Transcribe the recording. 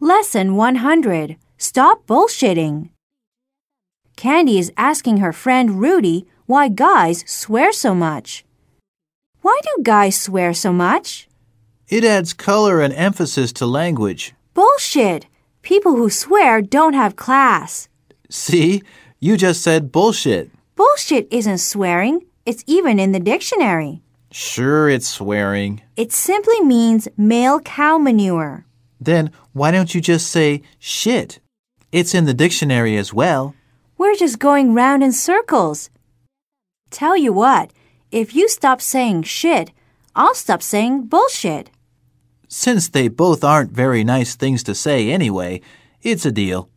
Lesson 100 Stop Bullshitting. Candy is asking her friend Rudy why guys swear so much. Why do guys swear so much? It adds color and emphasis to language. Bullshit! People who swear don't have class. See, you just said bullshit. Bullshit isn't swearing, it's even in the dictionary. Sure, it's swearing. It simply means male cow manure. Then why don't you just say shit? It's in the dictionary as well. We're just going round in circles. Tell you what, if you stop saying shit, I'll stop saying bullshit. Since they both aren't very nice things to say anyway, it's a deal.